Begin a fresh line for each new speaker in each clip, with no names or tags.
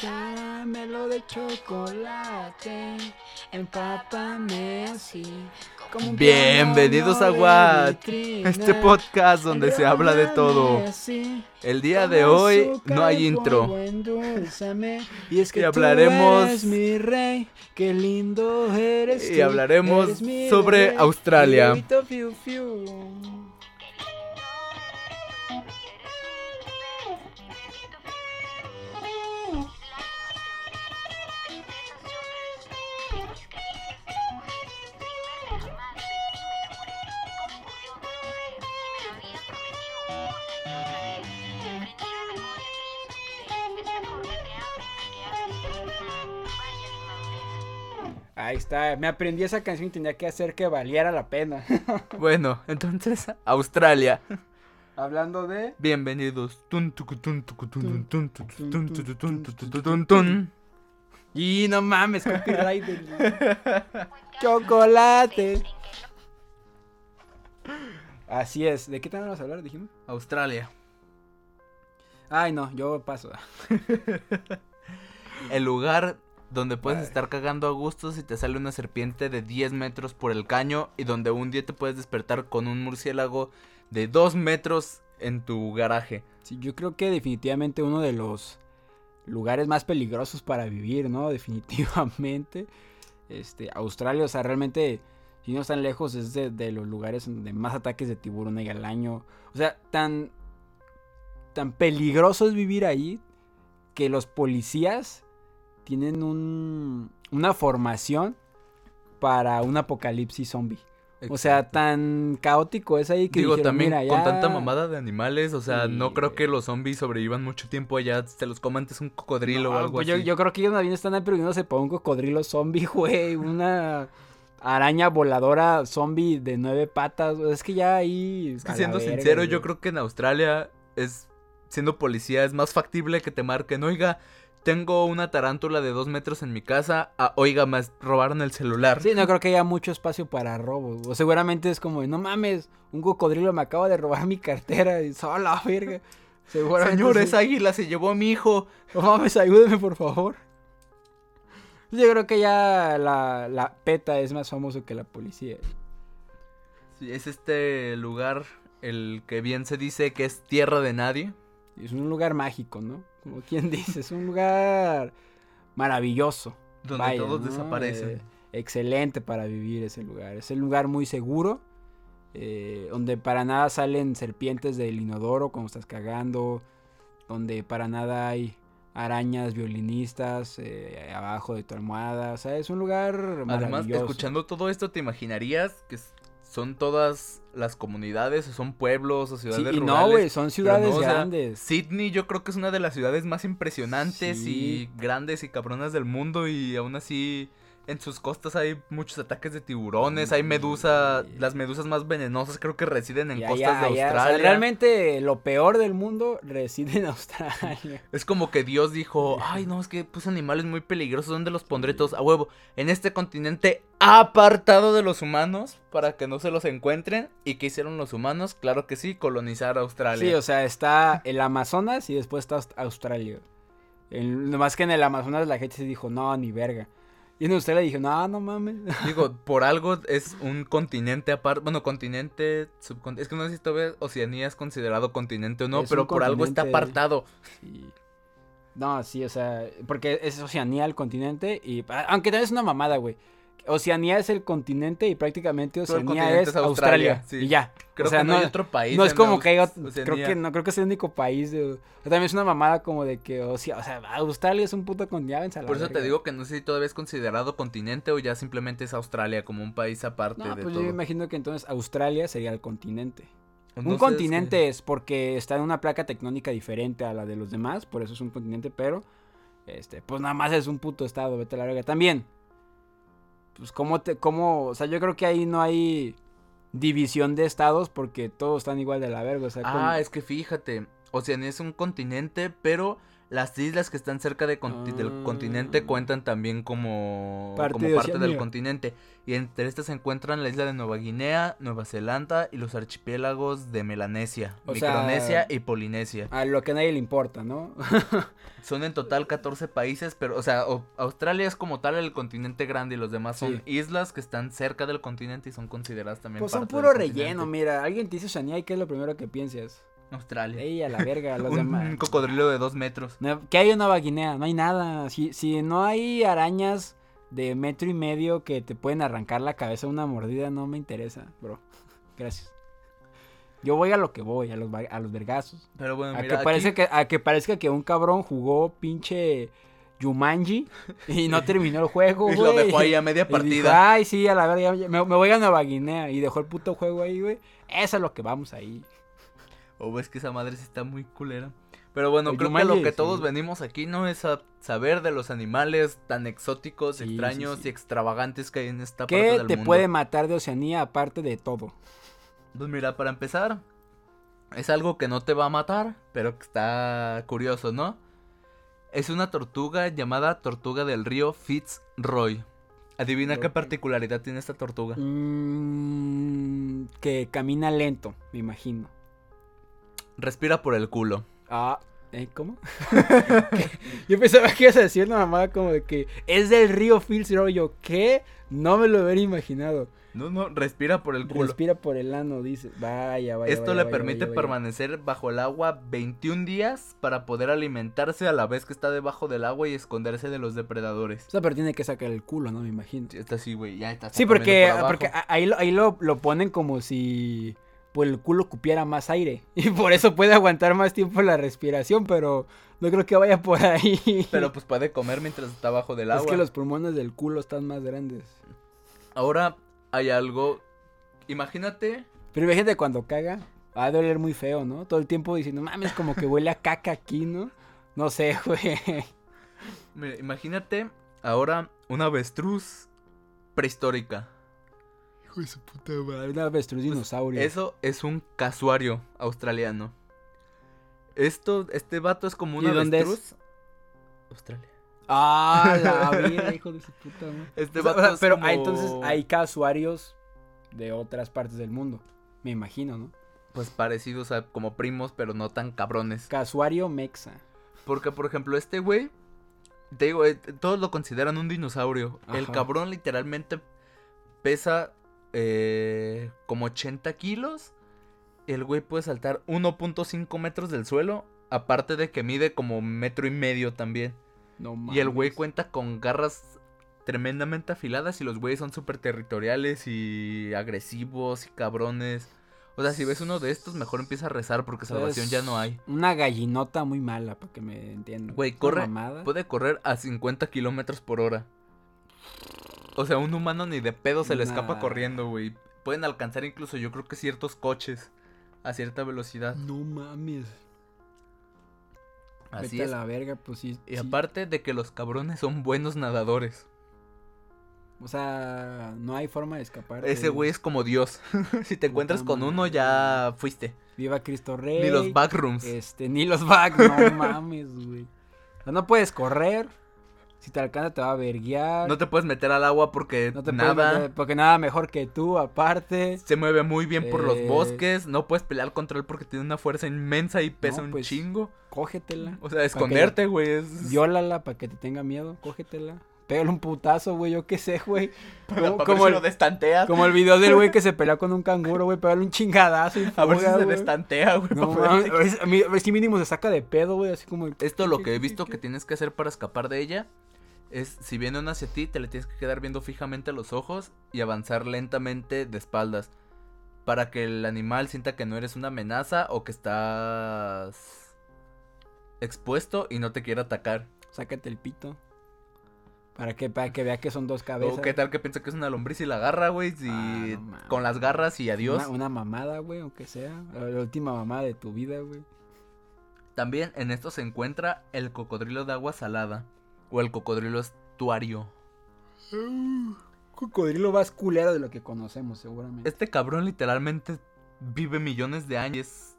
caramelo de chocolate, empápame así. como un
Bienvenidos a
piano de
What,
vitrina.
este podcast donde se habla de todo.
Enróllame así,
El día
como
de hoy
azúcar
no hay
en
intro.
polvo, endulzame. Y es que
Y
tú
hablaremos-
eres mi rey, qué lindo eres
Y
tú,
hablaremos
eres mi
sobre
bebé,
Australia.
bebito, fiu, fiu. Ahí está, me aprendí esa canción y tenía que hacer que valiera la pena.
Bueno, entonces, Australia.
Hablando de...
Bienvenidos. Tun, tucu, tun, tucu, tun, tun, tun, tucu, tun, tucu, tun, tucu, tun, tun, tun. Y no mames,
copyright del- Chocolate. Así es. ¿De qué tema vamos a hablar? Dijimos.
Australia.
Ay, no, yo paso.
El lugar donde puedes estar cagando a gusto si te sale una serpiente de 10 metros por el caño y donde un día te puedes despertar con un murciélago de 2 metros en tu garaje.
Sí, yo creo que definitivamente uno de los lugares más peligrosos para vivir, ¿no? Definitivamente. Este, Australia, o sea, realmente, si no están lejos, es de, de los lugares en donde más ataques de tiburón hay al año. O sea, tan, tan peligroso es vivir ahí que los policías tienen un, una formación para un apocalipsis zombie. O sea, tan caótico es ahí que
Digo,
dijeron,
también
"Mira,
con
ya-
tanta mamada de animales, o sea,
Sí,
no creo
güey.
que los zombies sobrevivan mucho tiempo allá, se los coman antes un cocodrilo o
No,
algo
pues
así.
Yo, yo creo que ellos más bien están preguntándose por un cocodrilo zombie, güey. Una araña voladora zombie de nueve patas. güey, Es que ya ahí.
Es que siendo sincero, yo creo que en Australia es, siendo policía, es más factible que te marquen, oiga, tengo una tarántula de dos metros en mi casa, a, oiga, me robaron el celular.
Sí, no creo que haya mucho espacio para robos. O seguramente es como, de, no mames, un cocodrilo me acaba de robar mi cartera. Y sola, verga. Seguramente.
Señor,
sí.
esa águila se llevó a mi hijo.
No mames, ayúdeme, por favor. Yo creo que ya la, la PETA es más famoso que la policía.
Sí, es este lugar el que bien se dice que es tierra de nadie.
Es un lugar mágico, ¿no? Como quien dice, es un lugar maravilloso.
Donde
Vaya,
todos
¿no?
desaparecen.
Eh, excelente para vivir ese lugar. Es un lugar muy seguro, eh, donde para nada salen serpientes del inodoro cuando estás cagando, donde para nada hay arañas violinistas eh, abajo de tu almohada. O sea, es un lugar
Además,
maravilloso.
escuchando todo esto, ¿te imaginarías que s- son todas las comunidades o son pueblos o
Sí,
ciudades
y no,
rurales?
güey, son
Pero no,
ciudades
o sea,
grandes.
Sydney yo creo que es una de las ciudades más impresionantes
Sí.
y grandes y cabronas del mundo y aún así en sus costas hay muchos ataques de tiburones, hay medusa,
Sí.
las medusas más venenosas creo que residen en
Y
costas
allá- allá,
de
o sea,
Australia.
realmente lo peor del mundo reside en Australia.
Es como que Dios dijo, ay no, es que puse animales muy peligrosos, ¿dónde los pondré todos? A huevo, en este continente apartado de los humanos para que no se los encuentren. ¿Y qué hicieron los humanos? Claro que sí, colonizar Australia.
Sí, o sea, está el Amazonas y después está Aust- Australia. En- nomás que en el Amazonas la gente se dijo, no, ni verga. Y en Australia dije, no, no mames.
Digo, por algo es un continente aparte, bueno, continente, subcontinente, es que no sé si todavía Oceanía es considerado continente o no,
Es un
pero por algo está
continente.
apartado.
Sí. No, sí, o sea, porque es Oceanía el continente y... a- Aunque también es una mamada, güey. Oceanía es el continente y prácticamente
Todo el
Oceanía
continente
es
es Australia,
Australia.
sí.
Y ya.
Creo
o sea,
que no, hay otro país.
No es
en
como
Aus-
que haya ot- creo
Oceanía.
que no creo que sea el único país de, o sea, también es una mamada como de que o sea, o sea, Australia es un puto con ya vence a la
Por eso
verga.
te digo que no sé si todavía es considerado continente o ya simplemente es Australia como un país aparte
No,
de
pues yo
todo. Pues
me imagino que entonces Australia sería el continente. un
Entonces,
continente es porque está en una placa tectónica diferente a la de los demás, por eso es un continente, pero este, pues nada más es un puto estado, vete a la verga. También, pues cómo te, cómo, o sea, yo creo que ahí no hay división de estados porque todos están igual de la verga, o sea,
Ah, es que fíjate, Oceanía es un continente, pero Las islas que están cerca de conti- del
Ah.
continente cuentan también como
Parte
como
de
parte del
Oceanía.
continente. Y entre estas se encuentran la isla de Nueva Guinea, Nueva Zelanda y los archipiélagos de Melanesia,
O sea-
Micronesia y Polinesia.
A lo que a nadie le importa, ¿no?
Son en total 14 países, pero, o sea, o- Australia es como tal el continente grande y los demás son
Sí.
islas que están cerca del continente y son consideradas también
Pues son
parte del
puro relleno,
continente.
mira. Alguien te dice Shania y ¿qué es lo primero que piensas?
Australia.
Ey, a la verga, los
un,
demás.
un cocodrilo de 2 metros.
No, ¿Qué hay en Nueva Guinea? No hay nada. Si, si no hay arañas de metro y medio que te pueden arrancar la cabeza una mordida, no me interesa, bro. Gracias. Yo voy a lo que voy, a los, va- a los vergazos.
Pero bueno,
A que,
Ah, mira, aquí-
parece que, a que parezca que un cabrón jugó pinche Jumanji y no terminó el juego,
y lo
güey.
dejó ahí a
Y
media
dijo, "Ah".
partida.
Ay, sí, a la verga, ya- me, me voy a Nueva Guinea. Y dejó el puto juego ahí, güey. Eso es lo que vamos ahí.
O ves Oh, que esa madre sí está muy culera. Pero bueno,
El
creo que lo
Yumanji,
que
sí.
todos venimos aquí no es a saber de los animales tan exóticos,
Sí, sí,
extraños
sí.
y extravagantes que hay en esta parte
¿Qué
del
te
mundo.
puede matar de Oceanía aparte de todo?
Pues mira, para empezar, es algo que no te va a matar, pero que está curioso, ¿no? Es una tortuga llamada tortuga del río Fitzroy. Adivina qué
Ok.
particularidad tiene esta tortuga.
Mm, que camina lento, me imagino.
Respira por el culo.
Ah, ¿eh? ¿cómo? ¿Qué? yo pensaba que ibas a decir una mamada como de que es del río Fitzroy. Yo, ¿qué? No me lo hubiera imaginado.
No, no, respira por el culo.
Respira por el ano, dice. Vaya, vaya.
Esto
vaya,
le
vaya,
permite
vaya, vaya.
permanecer bajo el agua 21 días para poder alimentarse a la vez que está debajo del agua y esconderse de los depredadores.
O sea, pero tiene que sacar el culo, ¿no? Me imagino.
Sí, Está así, güey, ya está. está
Sí,
comiendo
porque, ah,
por abajo.
porque a- ahí, lo, ahí lo, lo ponen como si pues, el culo cupiera más aire. Y por eso puede aguantar más tiempo la respiración, pero no creo que vaya por ahí.
Pero pues puede comer mientras está bajo del
es
agua.
que los pulmones del culo están más grandes.
Ahora hay algo... Imagínate...
Pero imagínate cuando caga, va a doler muy feo, ¿no? Todo el tiempo diciendo, mames, como que huele a caca aquí, ¿no? No sé, güey.
mira, imagínate ahora una avestruz prehistórica.
Hijo de su puta madre. Una avestruz dinosaurio.
Eso Pues, es un casuario australiano. Esto, este vato es como
¿Y
una
dónde es?
avestruz. Australia.
Ah, la vida, hijo de su puta madre.
Este
O sea, o
vato
sea,
es
pero
como-
ah, entonces hay casuarios de otras partes del mundo, me imagino, ¿no?
pues parecidos a como primos, pero no tan cabrones.
Casuario mexa.
Porque, por ejemplo, este güey, te digo, eh, todos lo consideran un dinosaurio. El
Ajá.
cabrón literalmente pesa eh, como 80 kilos. El güey puede saltar 1.5 metros del suelo. Aparte de que mide como metro y medio también.
No
Y el güey
mames.
cuenta con garras tremendamente afiladas y los güeyes son súper territoriales y agresivos y cabrones. O sea, si ves uno de estos, mejor empieza a rezar porque
O sea,
salvación ya
es
no hay.
Una gallinota muy mala, para que me entiendan.
Güey,
Una
corre,
mamada.
Puede correr a 50 kilómetros por hora. O sea, un humano ni de pedo se le escapa
Nah.
corriendo, güey. Pueden alcanzar incluso, yo creo que ciertos coches a cierta velocidad.
No mames.
Así
Vete
es.
a la verga, pues sí.
Y
sí.
aparte de que los cabrones son buenos nadadores.
O sea, no hay forma de escapar. de
Ese
ellos.
güey es como Dios. si te encuentras con uno, ya fuiste.
Viva Cristo Rey.
Ni los backrooms.
Este, ni los back. No mames, güey. O sea, no puedes correr. Si te alcanza, te va a verguiar.
No te puedes meter al agua porque
No te puedes
nada.
meter, porque nada mejor que tú, aparte.
Se mueve muy bien por los
Eh.
bosques. No puedes pelear contra él porque tiene una fuerza inmensa y pesa
No,
un
pues.
chingo.
Cógetela.
O sea, esconderte, güey. es-
Viólala para que te tenga miedo. Cógetela. Pégale un putazo, güey. Yo qué sé, güey. Como,
Para ver
como
si lo
el,
destantea.
como el video del güey que se peleó con un canguro, güey. Pégale un chingadazo. Y
A ver si
fuga,
se
güey.
destantea, güey.
No,
pa' ver si-
mames, a ver si- a mí- a ver si mínimo se saca de pedo, güey. Así como.
Esto lo que he visto que tienes que hacer para escapar de ella es, si viene una hacia ti, te le tienes que quedar viendo fijamente a los ojos y avanzar lentamente de espaldas. Para que el animal sienta que no eres una amenaza o que estás expuesto y no te quiera atacar.
Sácate el pito. Para que, para que vea que son dos cabezas.
O qué tal que piensa que es una lombriz y la agarra, güey, y
Ah, no mames.
con las garras y adiós.
Una, una mamada, güey, aunque sea. La, la última mamada de tu vida, güey.
También en esto se encuentra el cocodrilo de agua salada o el cocodrilo estuario.
Cocodrilo más culero de lo que conocemos, seguramente.
Este cabrón literalmente vive millones de años. y es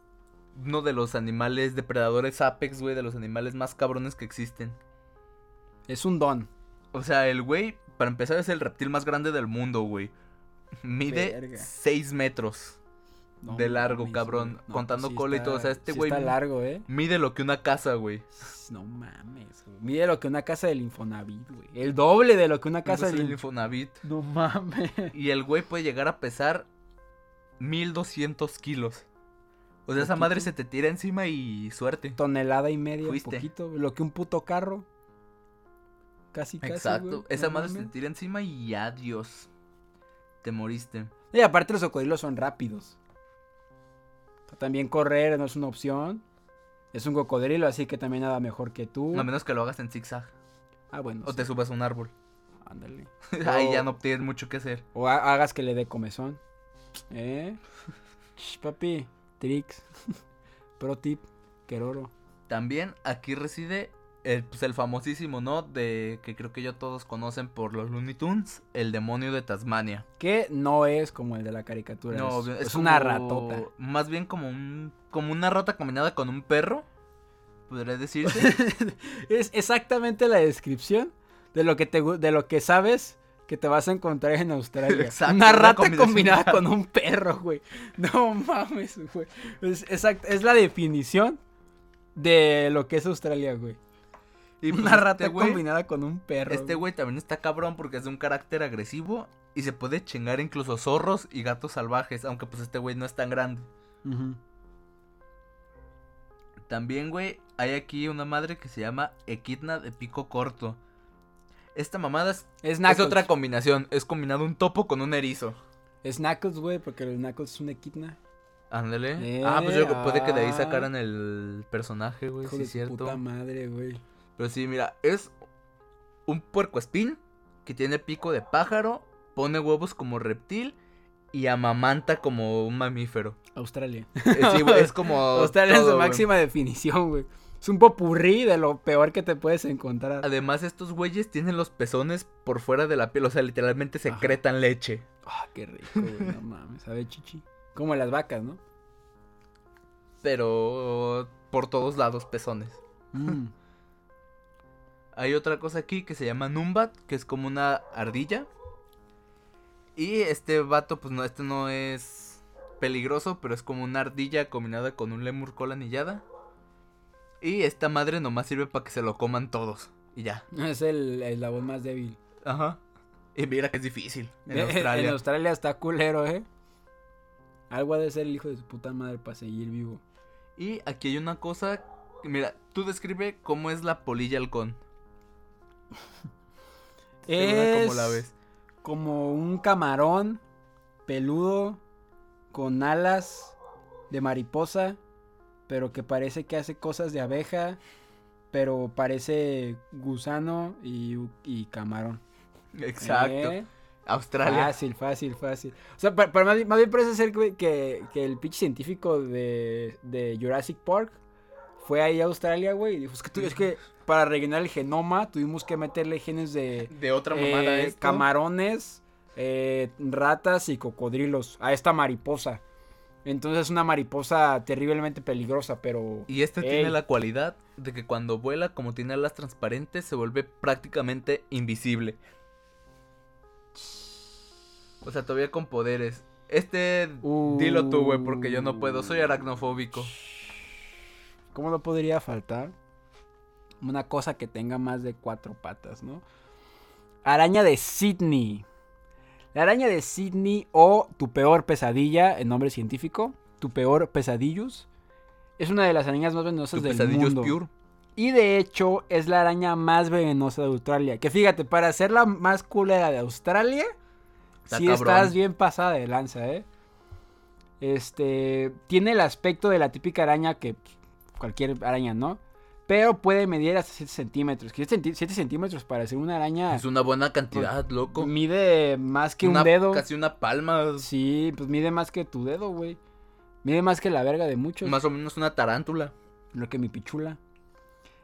uno de los animales depredadores apex, güey, de los animales más cabrones que existen.
Es un don.
O sea, el güey, para empezar, es el reptil más grande del mundo, güey. Mide
Verga.
6 metros
No
de largo,
mames,
cabrón.
güey. No,
contando
sí
cola y
está-
todo. O sea, este
sí
güey
está largo, ¿eh?
mide lo que una casa, güey.
No mames, güey. Mide lo que una casa del Infonavit, güey. El doble de lo que una casa
Casa
del
del
Infonavit.
Infonavit.
No mames.
Y el güey puede llegar a pesar 1200 kilos. O sea, esa
Poquito.
madre se te tira encima y suerte.
Tonelada y media,
Fuiste.
poquito. Lo que un puto carro. Casi, casi.
Exacto.
güey.
esa
No
madre se
mames.
te tira encima y adiós. Te moriste.
Y aparte los cocodrilos son rápidos. También correr no es una opción. Es un cocodrilo, así que también nada mejor que tú.
A menos que lo hagas en zigzag.
Ah, bueno.
O
sí,
te subas a un árbol.
Ándale.
Ahí
O-
ya no tienes mucho que hacer.
O ha- hagas que le dé comezón. ¿Eh? Ch, papi, tricks. Pro tip, queroro.
También aquí reside el, pues, el famosísimo, ¿no? De que creo que ya todos conocen por los Looney Tunes, el demonio de Tasmania.
Que no es como el de la caricatura.
No,
es,
obvio,
es una
como-
ratota.
Más bien como un como una rata combinada con un perro, podría decirse.
Es exactamente la descripción de lo que te gu- de lo que sabes que te vas a encontrar en Australia.
Exacto,
una
una
rata
combinación
combinada
rara.
con un perro, güey. No mames, güey. Es, exact- es la definición de lo que es Australia, güey.
y pues,
una
este
rata
güey-
combinada con un perro.
Este güey también está cabrón porque es de un carácter agresivo y se puede chingar incluso zorros y gatos salvajes, aunque pues este güey no es tan grande.
Ujú.
También, güey, hay aquí una madre que se llama Equidna de pico corto. Esta mamada es,
Es
es
Knuckles.
otra combinación, es combinado un topo con un erizo.
Es Knuckles, güey, porque el Knuckles es un equidna.
Ándale.
Eh,
ah, pues yo creo que puede que de ahí
ah.
sacaran el personaje, güey,
Hijo
sí
de
es
su
cierto.
puta madre, güey.
Pero sí, mira, es un puercoespín que tiene pico de pájaro, pone huevos como reptil y amamanta como un mamífero.
Australia.
Eh, sí, güey, es como
Australia es
todo,
su
güey.
máxima definición, güey. Es un popurrí de lo peor que te puedes encontrar.
Además, estos güeyes tienen los pezones por fuera de la piel, o sea, literalmente secretan leche.
Ah, qué rico, güey. No mames, sabe chichi. Como las vacas, ¿no?
Pero por todos lados pezones.
Mm.
Hay otra cosa aquí que se llama Numbat, que es como una ardilla. Y este vato, pues no, este no es peligroso, pero es como una ardilla combinada con un lemur cola anillada. Y esta madre nomás sirve para que se lo coman todos. Y ya.
Es el eslabón más débil.
Ajá. Y mira que es difícil. En
Eh, eh,
Australia.
en Australia está culero, ¿eh? Algo ha de ser el hijo de su puta madre para seguir vivo.
Y aquí hay una cosa. que, Mira, tú describe cómo es la polilla halcón. Según a
Es
¿Cómo la ves?
como un camarón peludo con alas de mariposa, pero que parece que hace cosas de abeja, pero parece gusano y, y camarón.
Exacto.
¿Eh?
Australia.
Fácil, fácil, fácil. O sea, pa- para, más, bien, más bien parece ser que, que, que el pitch científico de, de Jurassic Park fue ahí a Australia, güey, y dijo, es que, tú- es que para rellenar el genoma tuvimos que meterle genes de
de otra mamada
eh,
esto.
camarones, eh, ratas y cocodrilos a esta mariposa. Entonces es una mariposa terriblemente peligrosa, pero...
Y este
Ey.
tiene la cualidad de que cuando vuela, como tiene alas transparentes, se vuelve prácticamente invisible. O sea, todavía con poderes. Este, dilo tú, güey, porque yo no puedo. Soy aracnofóbico.
¿Cómo no podría faltar? Una cosa que tenga más de cuatro patas, ¿no? Araña de Sydney. La araña de Sydney o tu peor pesadilla, el nombre científico, tu peor pesadillus, es una de las arañas más venenosas
Tu
del
pesadillo es
mundo.
pure.
Y de hecho es la araña más venenosa de Australia. Que fíjate, para ser la más culera de Australia,
Está
sí
cabrón.
estás bien pasada de lanza, ¿eh? Este, tiene el aspecto de la típica araña que pues, cualquier araña, ¿no? Pero puede medir hasta 7 centímetros. 7 centímetros para ser una araña
Es una buena cantidad, loco.
mide más Ah. que
Una-
un dedo.
Casi una palma.
Sí, pues mide más que tu dedo, güey. Mide más que la verga de muchos.
Más o menos una tarántula.
lo que mi pichula.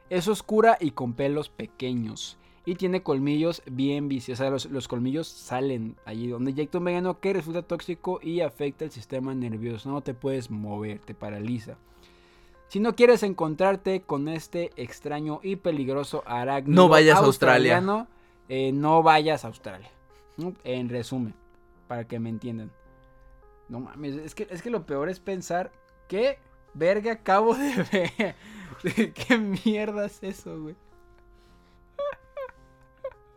Es oscura y con pelos pequeños. Y tiene colmillos bien viciosos. O sea, los, los colmillos salen allí donde inyecta un veneno que resulta tóxico y afecta el sistema nervioso. No te puedes mover, te paraliza. Si no quieres encontrarte con este extraño y peligroso arácnido
No vayas a Australia.
australiano, eh, no vayas a Australia. ¿no? En resumen, para que me entiendan. No mames, es que, es que lo peor es pensar qué verga acabo de ver. ¿Qué mierda es eso, güey?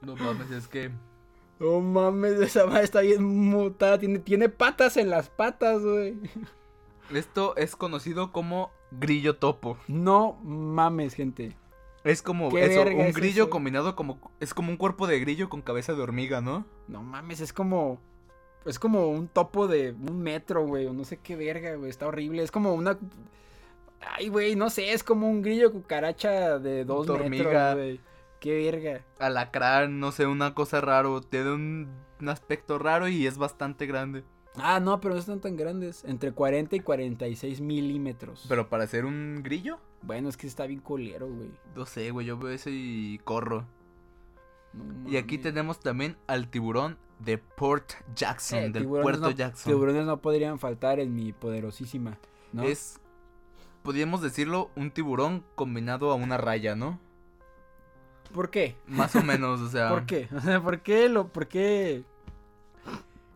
No mames, es que.
No mames, esa madre está bien mutada. Tiene, tiene patas en las patas, güey.
Esto es conocido como grillo topo.
No mames, gente.
Es como
¿Qué
eso,
verga
un
es
grillo
eso?
combinado como. Es como un cuerpo de grillo con cabeza de hormiga, ¿no?
No mames, es como. Es como un topo de un metro, güey. O no sé qué verga, güey. Está horrible. Es como una. Ay, güey, no sé. Es como un grillo cucaracha de dos
De
metros,
hormiga.
güey. Qué verga.
Alacrán, no sé, una cosa raro. Tiene un, un aspecto raro y es bastante grande.
Ah, no, pero no están tan grandes. Entre 40 y 46 milímetros.
Pero para ser un grillo,
Bueno, es que está bien culero, güey.
no sé, güey. Yo veo eso y corro.
No
Y aquí
mames.
tenemos también al tiburón de Port Jackson,
Eh,
del
tiburones
Puerto
no-
Jackson.
Tiburones no podrían faltar en mi poderosísima. ¿no?
Es, podríamos decirlo, un tiburón combinado a una raya, ¿no?
¿Por qué?
Más o menos, o sea.
¿Por qué? O sea, ¿por qué lo, por qué?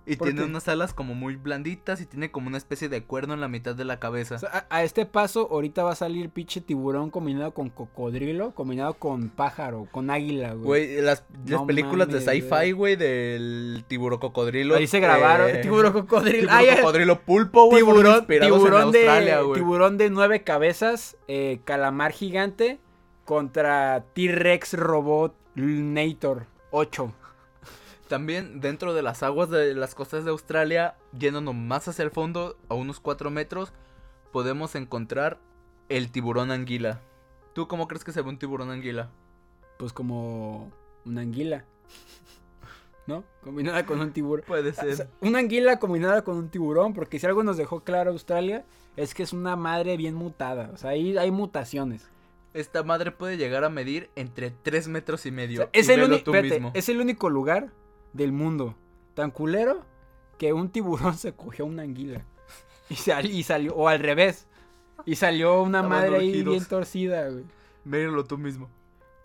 Y
¿Por
tiene
qué?
unas alas como muy blanditas y tiene como una especie de cuerno en la mitad de la cabeza.
O sea, a, a este paso ahorita va a salir pinche tiburón combinado con cocodrilo, combinado con pájaro, con águila, güey.
Güey, las, las
No
películas de
mames,
sci-fi, güey, del tiburón cocodrilo.
Ahí se grabaron.
eh,
Tiburón cocodrilo.
tiburón
Ay, eh,
cocodrilo pulpo, güey. fueron
tiburón,
inspirados en
tiburón
Australia,
de,
güey.
tiburón de nueve cabezas, eh, calamar gigante contra T-Rex robot Nator 8.
También dentro de las aguas de las costas de Australia, yéndonos más hacia el fondo, a unos 4 metros, podemos encontrar el tiburón anguila. ¿Tú cómo crees que se ve un tiburón anguila?
Pues como una anguila. ¿No? Combinada con un tiburón.
Puede
O sea, una anguila combinada con un tiburón, porque si algo nos dejó claro Australia, es que es una madre bien mutada. O sea, ahí hay mutaciones.
Esta madre puede llegar a medir entre 3 metros y
O
medio.
sea, es,
y
el
velo
uni-
tú
espérate,
mismo.
es el único lugar del mundo tan culero que un tiburón se cogió una anguila. Y, sal- y salió, o al revés. Y salió una
Estaban
madre ahí
urgidos.
bien torcida, güey.
Míralo tú mismo.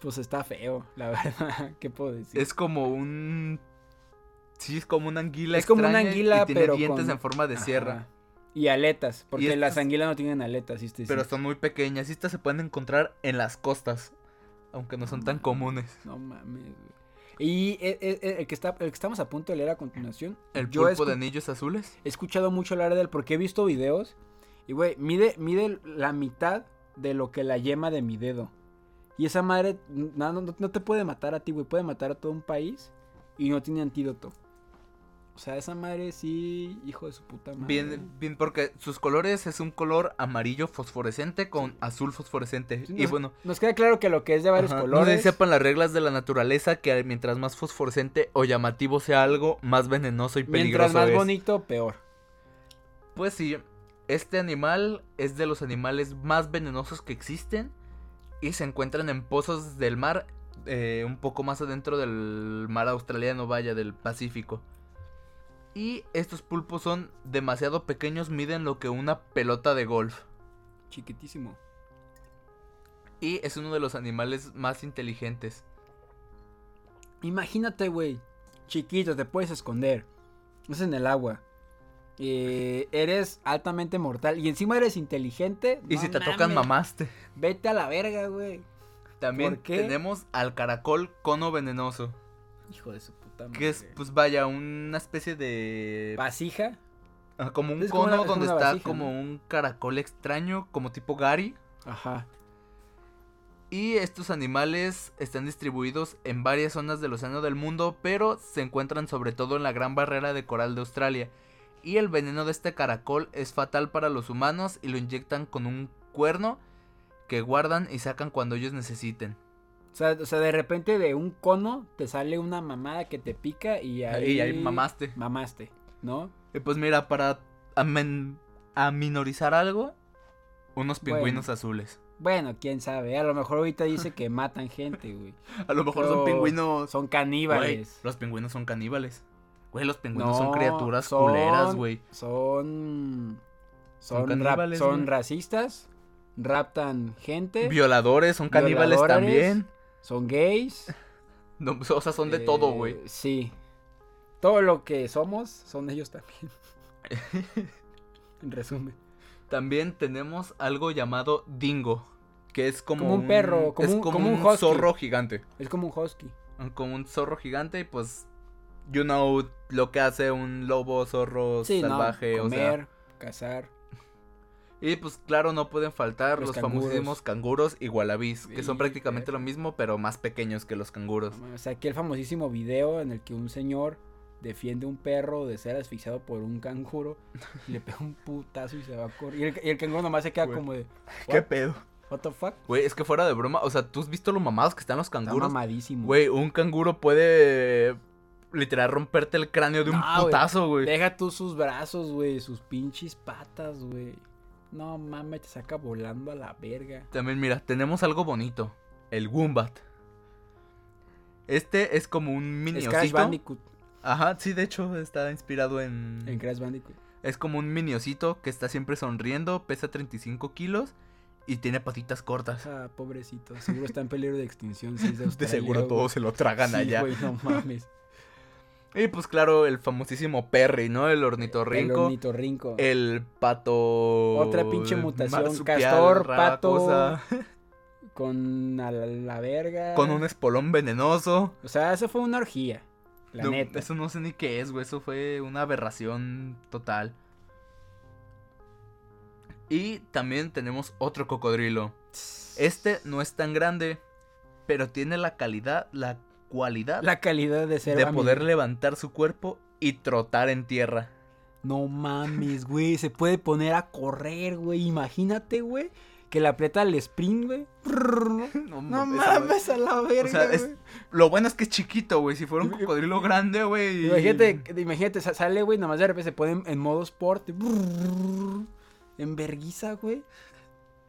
Pues está feo, la verdad. ¿Qué puedo decir?
Es como un... Sí, es como una anguila
Es como una
extraña y-
anguila,
y tiene
pero
dientes
con-
en forma de
Ajá.
sierra.
Y aletas, porque
estas-
las anguilas no tienen aletas, ¿sí? Sí.
Pero son muy pequeñas. Y estas se pueden encontrar en las costas. Aunque no son
Mm.
tan comunes.
No mames, güey. Y e- e- e- el, que está, el que estamos a punto de leer a continuación.
El
yo he
pulpo de
escu-
anillos azules.
he escuchado mucho hablar de él porque he visto videos. Y güey, mide, mide la mitad de lo que la yema de mi dedo. Y esa madre no, no- no te puede matar a ti, güey. Puede matar a todo un país y no tiene antídoto. O sea, esa madre sí, hijo de su puta madre.
Bien, bien, porque sus colores es un color amarillo fosforescente con azul fosforescente.
Sí,
y
nos-
bueno,
Nos queda claro que lo que es de varios
ajá, no sé si
colores.
sepan las reglas de la naturaleza que mientras más fosforescente o llamativo sea algo, más venenoso y peligroso
mientras más
es.
bonito, peor.
Pues sí, este animal es de los animales más venenosos que existen y se encuentran en pozos del mar, eh, un poco más adentro del mar australiano, vaya, del Pacífico. Y estos pulpos son demasiado pequeños, miden lo que una pelota de golf.
Chiquitísimo.
Y es uno de los animales más inteligentes.
Imagínate, güey. Chiquito, te puedes esconder. Es en el agua. Eh, eres altamente mortal. Y encima eres inteligente.
Y
no
si te tocan,
mames,
mamaste.
Vete a la verga, güey.
También
¿Por qué?
tenemos al caracol cono venenoso.
Hijo de su puta madre.
Que es, pues vaya, una especie de...
Vasija.
Ah, Como un
Es como
cono
una- es como
donde
una
está
vasija,
como
¿no?
un caracol extraño, como tipo Gary.
Ajá.
Y estos animales están distribuidos en varias zonas del océano del mundo, pero se encuentran sobre todo en la gran barrera de coral de Australia. Y el veneno de este caracol es fatal para los humanos y lo inyectan con un cuerno que guardan y sacan cuando ellos necesiten.
O sea, o sea, de repente de un cono te sale una mamada que te pica y ahí.
Y ahí mamaste.
Mamaste, ¿no?
Y pues mira, para amen- aminorizar algo, unos
Bueno.
pingüinos azules.
Bueno, quién sabe. A lo mejor ahorita dice que matan gente, güey.
A lo mejor son
Pero
pingüinos
Son
Güey,
caníbales.
los pingüinos son caníbales. Güey, los pingüinos son
No,
criaturas
son-
culeras, güey.
son son
Son
ra-
caníbales,
son
güey.
racistas raptan gente,
Violadores, son caníbales
Violadores.
también.
son gays.
No, o sea, son de todo, güey.
Eh, Sí. Todo lo que somos, son ellos también. en resumen.
También tenemos algo llamado dingo, que es como,
Como un perro, como
es
un-
como,
como un
un,
husky.
zorro gigante.
Es como un husky.
Como un zorro gigante y pues, you know, lo que hace un lobo, zorro
Sí, ¿no?
salvaje, o sea.
Comer, cazar.
Y pues claro, no pueden faltar
Los
los, famosísimos canguros y wallabies, que son
Sí,
prácticamente
verga.
lo mismo, pero más pequeños que los canguros.
O sea, aquel famosísimo video en el que un señor defiende a un perro de ser asfixiado por un canguro. y le pega un putazo y se va a correr. Y el, y el canguro nomás se queda
Güey.
como de,
¿Qué pedo?
¿What the fuck?
Güey, es que fuera de broma, o sea, ¿tú has visto lo mamados que están los
Está
canguros?
mamadísimo.
Güey, un canguro puede literal romperte el cráneo de un
No, güey.
putazo, güey.
Deja tú sus brazos, güey. Sus pinches patas, güey. No mames, te saca volando a la verga.
También, mira, tenemos algo bonito. El Wombat. Este es como un mini
Es Crash
osito.
Bandicoot.
Ajá, sí, de hecho, está inspirado en...
En Crash Bandicoot.
Es como un mini osito que está siempre sonriendo, pesa 35 kilos y tiene patitas cortas.
Ah, pobrecito. Seguro está en peligro de extinción. Sí, es de,
De
Australia,
seguro
güey.
todos se lo tragan
Sí,
allá.
güey, no mames.
Y pues claro, el famosísimo Perry, ¿no? El
El
ornitorrinco. El,
ornitorrinco.
pato...
Otra pinche mutación,
marsupial,
castor,
rara
pato.
cosa,
Con a la, la verga.
con un espolón venenoso.
O sea, eso fue una orgía. La
No,
neta.
Eso no sé ni qué es, güey. Eso fue una aberración total. Y también tenemos otro cocodrilo. Este no es tan grande, pero tiene la calidad, la cualidad
La calidad de ser.
de
amigo.
poder levantar su cuerpo y trotar en tierra.
No mames, güey. Se puede poner a correr, güey. Imagínate, güey. Que le aprieta el sprint, güey. No
No, mames, esa madre.
mames a la verga,
sea, es-
güey.
Lo bueno es que es chiquito, güey. Si fuera un cocodrilo grande, güey.
Imagínate, imagínate, sa- sale, güey, nomás de repente se pone en, en modo sport. En verguiza, güey.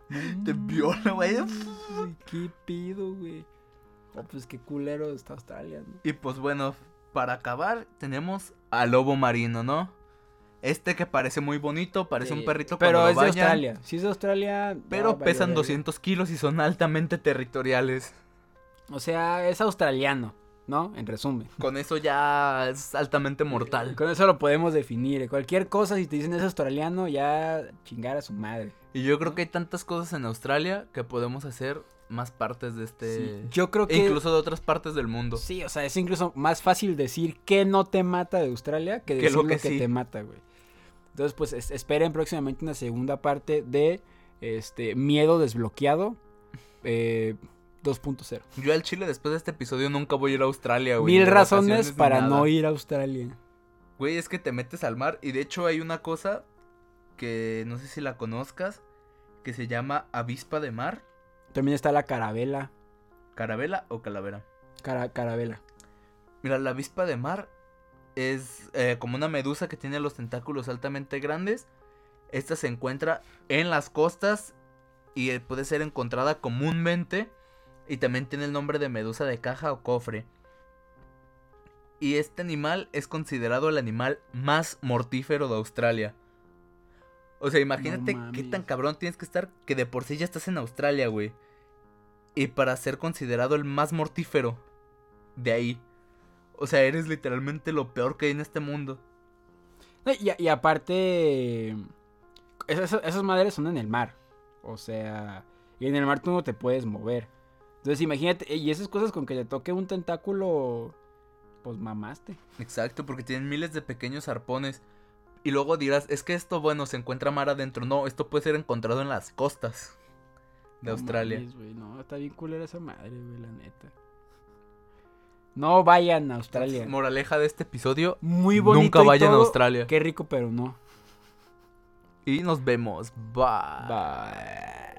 No
Te viola, güey.
mames, güey, Qué pido, güey. Oh, pues qué culero está Australia, ¿no?
Y pues bueno, para acabar tenemos al lobo marino, ¿no? Este que parece muy bonito, parece un
Sí,
perrito
Eh, Pero
cuando
es
lo
de
bañan,
Australia. Si es de Australia.
Pero
ya valió
pesan
verga.
200 kilos y son altamente territoriales.
O sea, es australiano, ¿no? En resumen.
Con eso ya es altamente mortal.
Con eso lo podemos definir. eh. Cualquier cosa, si te dicen es australiano, ya chingar a su madre.
Y yo creo que hay tantas cosas en Australia que podemos hacer más partes de este...
Sí, Yo creo
e
que.
Incluso de otras partes del mundo.
Sí, o sea, es incluso más fácil decir que no te mata de Australia que
Que
decir
lo
lo
que
que,
sí.
te mata, güey. Entonces, pues es- esperen próximamente una segunda parte de este Miedo Desbloqueado eh, 2.0.
Yo al Chile después de este episodio nunca voy a ir a Australia, güey. ni
Mil
de
razones
vacaciones ni
para
nada.
no ir a Australia.
Güey, es que te metes al mar y de hecho hay una cosa que no sé si la conozcas, que se llama avispa de mar,
También está la carabela.
carabela o calavera.
Cara, carabela.
Mira, la avispa de mar es eh, como una medusa que tiene los tentáculos altamente grandes. Esta se encuentra en las costas y eh, puede ser encontrada comúnmente. Y también tiene el nombre de medusa de caja o cofre. Y este animal es considerado el animal más mortífero de Australia. O sea, imagínate qué
mames.
tan cabrón tienes que estar que de por sí ya estás en Australia, güey. Y para ser considerado el más mortífero de ahí. O sea, eres literalmente lo peor que hay en este mundo.
No, Y, y aparte, esas, esas madres son en el mar. O sea, y en el mar tú no te puedes mover. Entonces imagínate, y esas cosas con que te toque un tentáculo, pues mamaste.
Exacto, porque tienen miles de pequeños arpones. Y luego dirás, es que esto, bueno, se encuentra mar adentro. No, esto puede ser encontrado en las costas de
No
Australia.
mames, güey, no, está bien culera esa madre, güey, la neta. No vayan a Australia.
Entonces, moraleja de este episodio,
Muy bonito.
nunca
y
vayan a
todo,
Australia.
Qué rico, pero no.
Y nos vemos. Bye.
Bye.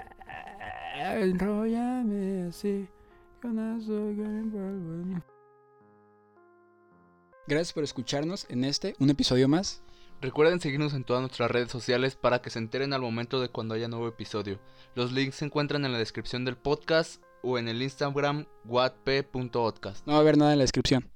Enróllame así. con azúcar en polvo. Gracias por escucharnos en este, un episodio más.
Recuerden seguirnos en todas nuestras redes sociales para que se enteren al momento de cuando haya nuevo episodio. Los links se encuentran en la descripción del podcast o en el Instagram wattp.podcast.
No va a haber nada en la descripción.